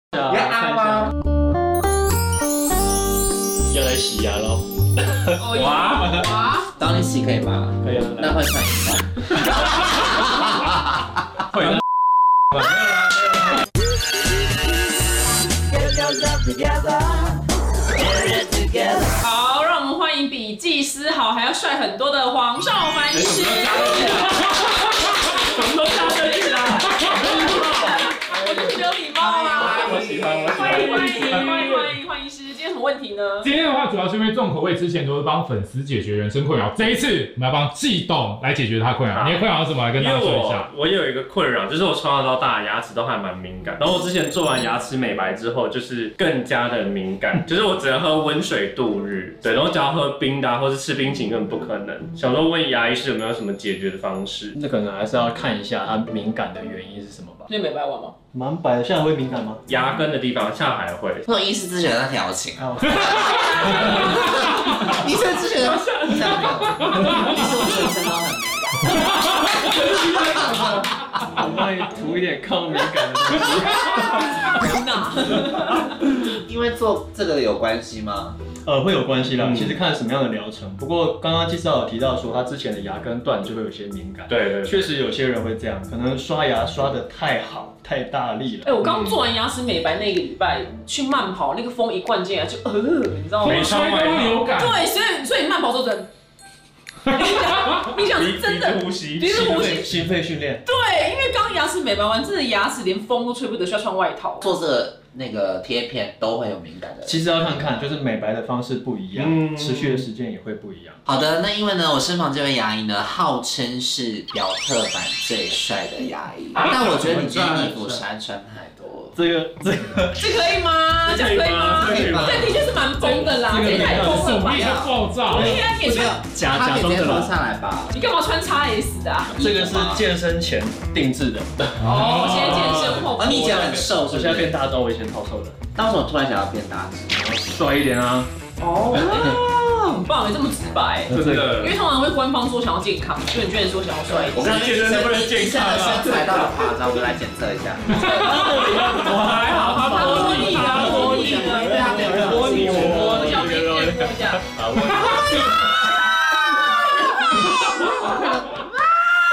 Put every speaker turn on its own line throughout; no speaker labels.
你要
的，
啊吗？
要来洗牙喽！
哦
哇
哇，
找你洗可以吗？
可以啊，
那换上一张。
会啊。
好，让我们欢迎比技师好还要帅很多的黄少凡医师。
什么都加上去啦！
我就是没有礼貌啊！
我喜欢，我喜
欢迎欢迎欢迎欢
欢，
迎欢迎医师，今天有什么问题呢？
今天的话，主要是因为重口味之前都是帮粉丝解决人生困扰，这一次我们要帮季董来解决他困扰。
好
你的困扰是什么？来跟
因
大
为
家说一
我
下。
我有一个困扰，就是我从小到大牙齿都还蛮敏感，然后我之前做完牙齿美白之后，就是更加的敏 感，就是我只能喝温水度日，对，然后只要喝冰的、啊、或是吃冰淇淋根本不可能。想说问牙医师有没有什么解决的方式？
那可能还是要看一下它敏感的原因是什么吧。
今天美白完吗？
蛮白的，现在会敏感吗？
牙根的地方下还会，
那种医师咨询在调情啊，
哦，
医生咨询在调情，医生我全身都很敏感。
我帮你涂一点抗敏感的东 西。
因为做这个有关系吗？
呃，会有关系啦
嗯，
其实看什么样的疗程。不过刚刚介绍有提到说，他之前的牙根段就会有些敏感。
对对对，
确实有些人会这样，可能刷牙刷的太好、太大力了。
哎、我刚做完牙齿美白那个礼拜去慢跑，那个风一灌进来就呃，你知道吗
没？错
吹都有感，
对，所以所以你慢跑做真，你想
鼻
是真
鼻
的
子，呼吸
鼻子呼吸
对，心肺训练，
对，因为刚牙齿美白完，真的牙齿连风都吹不得，需要穿外套。
做这个那个贴片都会有敏感的人。
其实要看看，就是美白的方式不一样，
嗯
持续的时间也会不一样。
好的，那因为呢，我身旁这位牙医呢，号称是表特版最帅的牙医，但我觉得你今天衣服实在穿太多。
这个这个
这可以吗？这样可以吗？
这可以吗
这的确是蛮疯的啦，
这
这
个
也太疯了
手
吧
臂！要爆炸
我。应该给
我
你
觉
穿，
得
假
他可以直接
假装的
脱
啦
下来吧。
你干嘛穿 XS 的啊？
这个是健身前定制的，
哦，现在健身后
哦，你以前很瘦
我
是
现在
不
变
是？
大招，我以前超瘦的，
当时我突然想要变大只，
帅一点啊！
哦，哇很棒，你这么直白。
真
因
的
为。通常会官方说想要健康，所以你居然说想要帅一点。
我跟
健身能不能健康啊
医生的身材到底夸张？我们来检测一下。
我还好，他
他
不
脱
会
力了，脱力了，
对啊，没有任何
你
我
我
小心健步一下。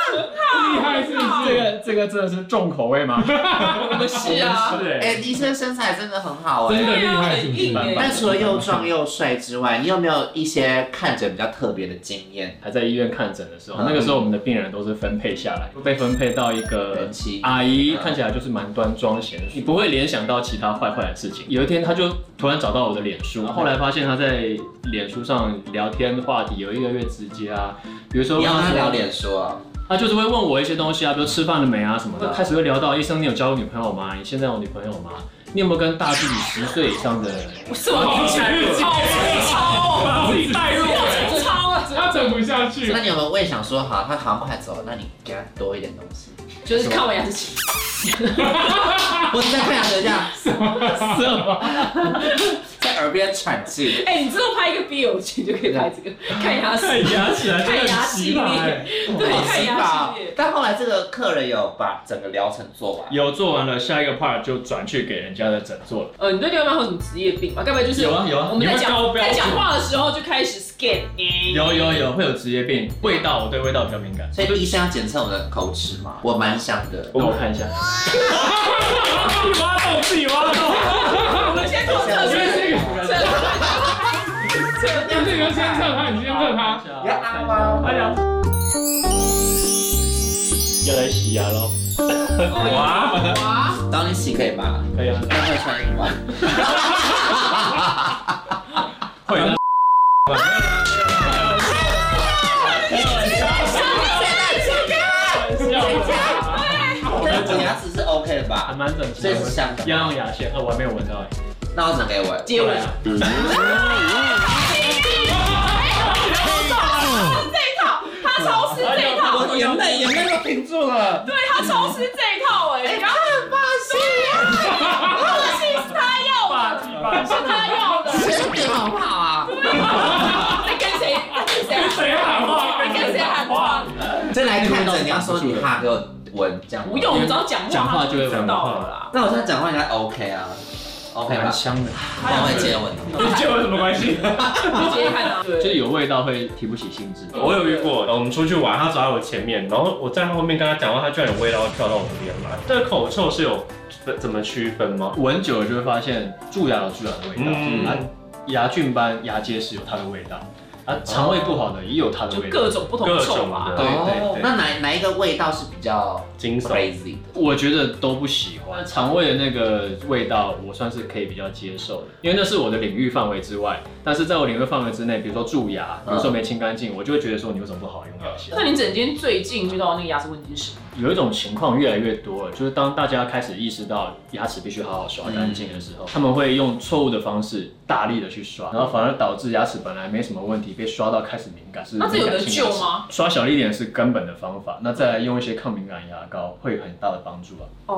厉害是不
这
是？
个这个真的是重口味吗？
我们是啊，
是
哎，
哎，
医生身材真的很好哎
真。的
对
厉
啊，
害是
很
不
硬
是？
哎。
但除了又壮又帅之外，你有没有一些看着比较特别的经验？
还在医院看诊的时候，
嗯
那个时候我们的病人都是分配下来，被分配到一个
人妻
阿姨，
嗯
看起来就是蛮端庄贤淑，你不会联想到其他坏坏的事情。嗯有一天，她就突然找到我的脸书，后来发现她在脸书上聊天话题有越来越直接啊，比如说
你要跟他
她
聊，脸说啊。
她就是会问我一些东西啊，比如吃饭了没啊什么的，开始会聊到医生，你有交过女朋友吗？你现在有女朋友吗？你有没有跟大自己十岁以上 的人？
是我听起来好粗糙哦，
自己带入
好粗糙啊！
他整不下去
那。你有没有问想说，好，他好像快走了，那你给他多一点东西？
就是看完牙齿起，
我是在看牙舌这样
是吗？
在耳边喘气。
哎，你知道拍一个 BL 剧就可以拍这个，看牙齿，
牙起来
看牙系列，对，看牙系列。
但后来这个客人有把整个疗程做完，
有做完了，下一个 part 就转去给人家的诊做了。
呃，你对另外一半有什么职业病吗？该不会就是
有啊有啊
我们在
你会
讲
高标
在
准
讲话的时候就开始 scan，
有有有，会有职业病，味道我对味道比较敏感。
所以医生要检测我的口齿嘛，我蛮想的。
我看一下，
自己挖洞，自己挖洞。
我们先做测
因为
试，
这个，
测
这个要先测他，你先测他。
要啊吗？
哎呀，要来洗牙喽！
哇哇，
找你洗可以吗？
可 以啊，
那会穿衣服吗？
会的。
但是我牙齿是 OK 的
还
吧？
蛮整齐
所以
的，
是香的。
要用牙线，哦，我还没有闻到欸哎。
那我整给我。啊
接吻，这一套他超吃这一套，
我眼泪眼泪都停住了。
对他超吃这一套哎，然后很霸气，霸气 是他要的，是他要的，
这点好不好啊？
在跟谁在跟谁
谁喊话
在跟谁喊话？
再来看着你要说你哈给我，文这样。
不用，你只要讲话，
讲话就会
知道了啦。
那我现在讲话应该 OK 啊，OK 吧
哦蛮？香的，
王伟接吻，
跟这有什么关系？
你直接看啊，
就是
对，
有味道会提不起兴致。
我有遇过，呃我们出去玩，他走在我前面，然后我在后面跟他讲话，他居然有味道跳到我这边来。这个口臭是有分怎么区分吗？
闻久了就会发现蛀牙有蛀牙的味道，
嗯
啊，牙菌斑、牙结石有它的味道，啊，肠胃不好的也有它的
就
味道
各。种不同
各
臭啊
种
吧。
对
的
对
哦
对，
那哪哪一个味道是比较
惊悚，
crazy 的？
我觉得都不喜欢肠胃的那个味道，我算是可以比较接受的，因为那是我的领域范围之外。但是在我领域范围之内，比如说蛀牙，比如说没清干净，我就会觉得说你为什么不好好用表现
那？你整间最近遇到那个牙齿问题是什么？
有一种情况越来越多了，就是当大家开始意识到牙齿必须好好刷干净的时候，他们会用错误的方式大力的去刷，然后反而导致牙齿本来没什么问题被刷到开始敏感，是
那啊这有得
敏感性牙齿
救吗？
刷小一点是根本的方法，那再来用一些抗敏感牙膏会有很大的帮助啊。
哦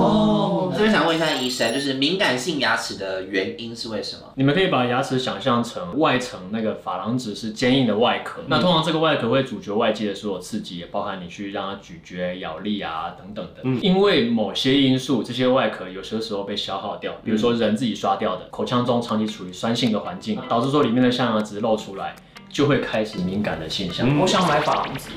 哦，
这边想问一下医生，就是敏感性牙齿的原因是为什么？
你们可以把牙齿想象成外层那个珐琅质是坚硬的外壳，那通常这个外壳会阻绝外界的所有刺激，也包含你去让它咀嚼、咬力啊等等的。
嗯
因为某些因素，这些外壳有些时候被消耗掉，比如说人自己刷掉的，口腔中长期处于酸性的环境，导致说里面的象牙质露出来，就会开始敏感的现
嗯
象。
我想买珐琅质，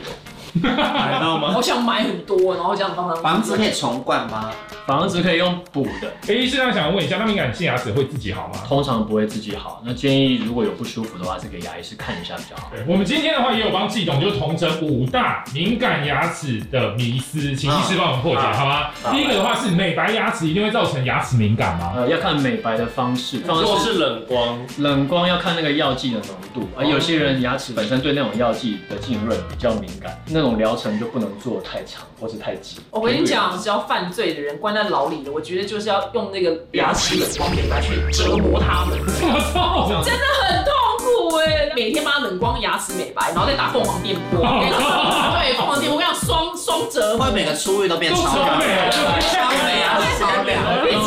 买到吗？
我想买很多，然后这样放上。
房子可以重灌吗？
珐琅质可以用补的，
哎，医生，我想问一下，那敏感性牙齿会自己好吗？
通常不会自己好。那建议如果有不舒服的话，是给牙医师看一下比较好。
对我们今天的话也有帮季董，就是同整五大敏感牙齿的迷思，请医师帮我们破解，
啊
好吗？
啊
第一个的话是美白牙齿一定会造成牙齿敏感吗？
呃，要看美白的方式，方
如果
式
是冷光，
冷光要看那个药剂的浓度，而有些人牙齿本身对那种药剂的浸润比较敏感，那种疗程就不能做太长或是太急。
我跟你讲，只要犯罪的人关在牢里的，我觉得就是要用那个牙齿冷光美白去折磨他们，
怎么造
真的很痛苦哎、每天帮他冷光牙齿美白，然后再打凤凰电波。我跟你讲对，凤凰电波，我跟你讲双双折磨
会，每个出狱都变
都
超
超
高
美啊对
超美牙齿超美。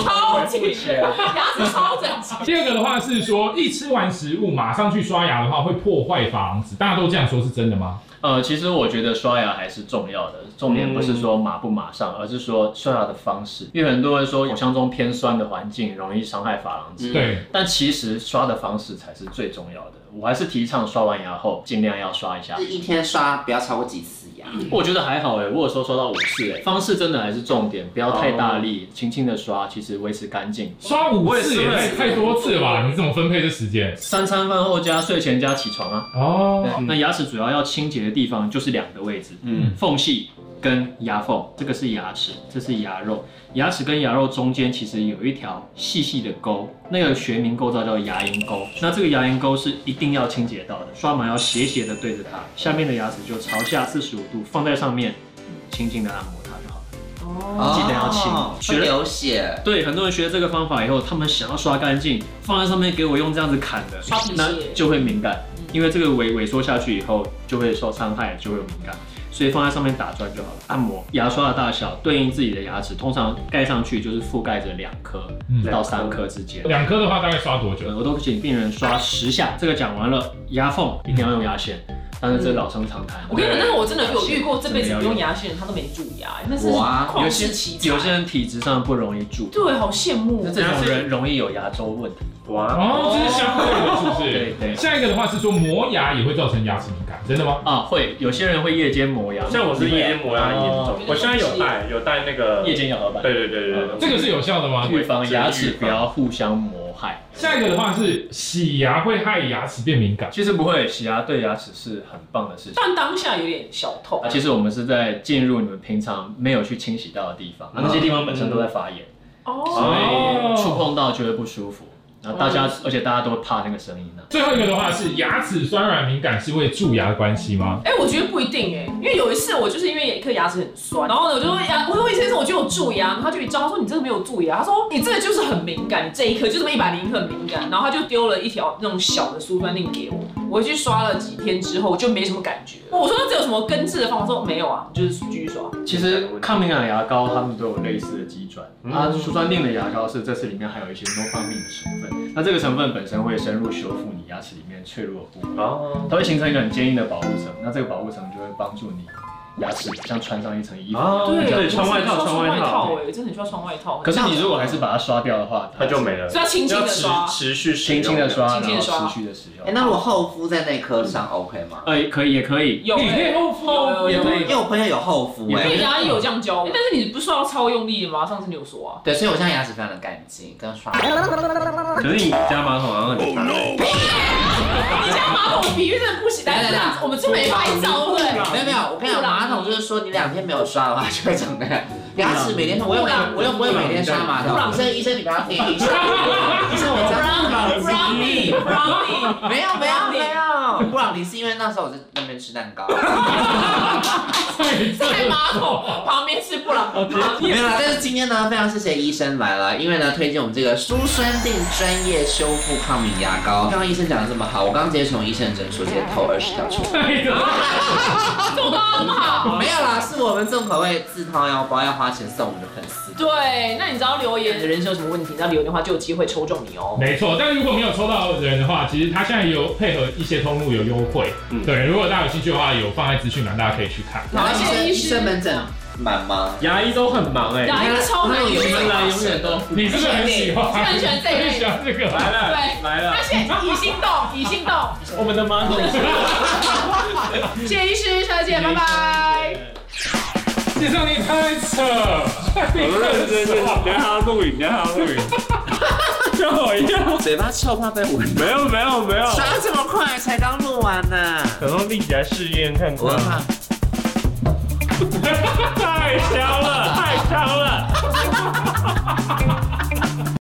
超级牙齿超整齐。
第二个的话是说，一吃完食物马上去刷牙的话，会破坏珐琅质。大家都这样说，是真的吗？
呃，其实我觉得刷牙还是重要的，重点不是说马不马上，而是说刷牙的方式。因为很多人说口腔中偏酸的环境容易伤害珐琅质，
嗯
对，
但其实刷的方式才是最重要的。我还是提倡刷完牙后尽量要刷一下
就。是一天刷不要超过几次牙。
我觉得还好哎、我有时候刷到五次哎、方式真的还是重点，不要太大力，轻轻的刷，其实维持干净。
刷五
我也
次
是
也
我
太
也是
太多次了吧？你怎么分配这时间？
三餐饭后加睡前加起床啊。
哦，
那牙齿主要要清洁的地方就是两个位置，
嗯，
缝隙跟牙缝，这个是牙齿，这是牙肉。牙齿跟牙肉中间其实有一条细细的沟，那个学名构造叫牙龈沟。那这个牙龈沟是一定要清洁到的，刷毛要斜斜的对着它，下面的牙齿就朝下四十五度放在上面，轻轻的按摩它就好了。记得要清
哦
学
会
了
流血。
对，很多人学这个方法以后，他们想要刷干净，放在上面给我用这样子砍的
刷皮，
那
屑
就会敏感，
嗯
因为这个萎萎缩下去以后就会受伤害，就会有敏感，所以放在上面打转就好了。按摩牙刷的大小对应自己的牙齿，通常盖上去就是覆盖着两颗
嗯
到三颗之间。
两颗的话大概刷多久？
呃我都请病人刷十下，这个讲完了，牙缝一定要用牙线，但是这老生常谈。
我跟你讲，但是我真的有遇过这辈子不用牙线，他都没蛀牙，那是
哇
旷
有
世奇
些
才。
有些人体质上不容易蛀，
对，好羡慕
那。这种人容易有牙周问题。
哇，
哦，这是相对的，是不是？
对对
下一个的话是说磨牙也会造成牙齿敏感，真的吗？
啊，会有些人会夜间磨牙，
像我是夜间磨牙很严重
哦，
我现在有戴有戴那个
夜，间咬合板，
对对对对对，
哦这个是有效的吗？
预防牙齿不要互相磨害。
下一个的话是洗牙会害牙齿变敏感。
其实不会，洗牙对牙齿是很棒的事情。
但当下有点小痛
啊，。其实我们是在进入你们平常没有去清洗到的地方，啊那些地方本身都在发炎，
哦，
所
哦
以触碰到就会不舒服。然后大家，而且大家都会怕那个声音啊呢。
最后一个的话是牙齿酸软敏感是为蛀牙的关系吗？
哎、我觉得不一定哎、因为有一次我就是因为一颗牙齿很酸，然后呢我就问牙，我就问先生，我觉得我蛀牙，然后他就一照，他说你这个没有蛀牙，他说你这个就是很敏感，你这一颗就这么一百零一颗很敏感，然后他就丢了一条那种小的苏酸令给我，我回去刷了几天之后就没什么感觉。我说那这有什么根治的方法？他说没有啊，就是继续刷。
其实抗敏感牙膏它们都有类似的基转，啊
嗯
它舒酸定的牙膏是这次里面含有一些 n o f a m i n 的成分，那这个成分本身会深入修复你牙齿里面脆弱的部分。
哦，
它会形成一个很坚硬的保护层，那这个保护层就会帮助你牙齿像穿上一层衣服。
啊，对，
我
穿外
真
套，
的
穿
穿
外
外
套，欸
套哎，真的很需要穿外套。
可是你如果还是把它刷掉的话，
它就没了。
所以要轻轻
要
的
持
刷，
持续使
轻
用
轻的刷，
轻轻地
然
刷
后持续的使
哎，
用。
那如果厚敷在那颗上 OK 吗？
呃，可以也可以，
有
你可以
欸
用
有有
敷，也
有
可
因
以
为我朋友有厚敷
因为
哎，
牙医有这样教，但是你不是要超用力的吗？上次你有说啊。
对，所以我现在牙齿非常的干净，跟刷。
可是你加马桶好像
Oh
很烦。
你这样马桶比喻真的不行，但是这样子我们真没拍照对不
没
对。
有没有，我跟你讲，马桶就是说你两天没有刷的话就会长那样。牙齿每天痛，我又没有我又不会每天刷马桶。医生医生，你不要听医生，医生我真的
Brownie Brownie，
没有没有没有，布朗尼是因为那时候我在那边吃蛋糕，
在马桶旁边是布朗尼。
没有啦。但是今天呢，非常谢谢医生来了，因为呢推荐我们这个舒酸定专业修复抗敏牙膏。刚刚医生讲的这么好，我刚刚直接从医生诊所直接偷二十条出来。
做的那么好。
没有啦，是我们重口味自掏腰包要花钱送我们的粉丝。
对，那你只要留言，你的人生有什么问题，那留言的话就有机会抽中你哦。
没错，但如果没有抽到人的话，其实他现在有配合一些通路有优惠，
嗯
对，如果大家有兴趣的话，有放在资讯栏，大家可以去看。
然后医
哪
生
些医
医
师
生门诊满吗？
牙医都很忙哎，
牙医超难有
有
的，
人来永远都
你是不是很喜欢？
是很喜欢这一类
很喜欢这个。
来了
对
来了
那，现在已心动，已心动。
我们的马桶。
谢谢医师，小姐，拜拜。
介绍你太扯，
我认真认真，等一下要录影，等一下要录影，像我一样，
嘴巴臭怕被闻
没有没有没有，
刷这么快，才刚录完呢、
想说立起来试验看
我很怕
看， 太香了，太香了。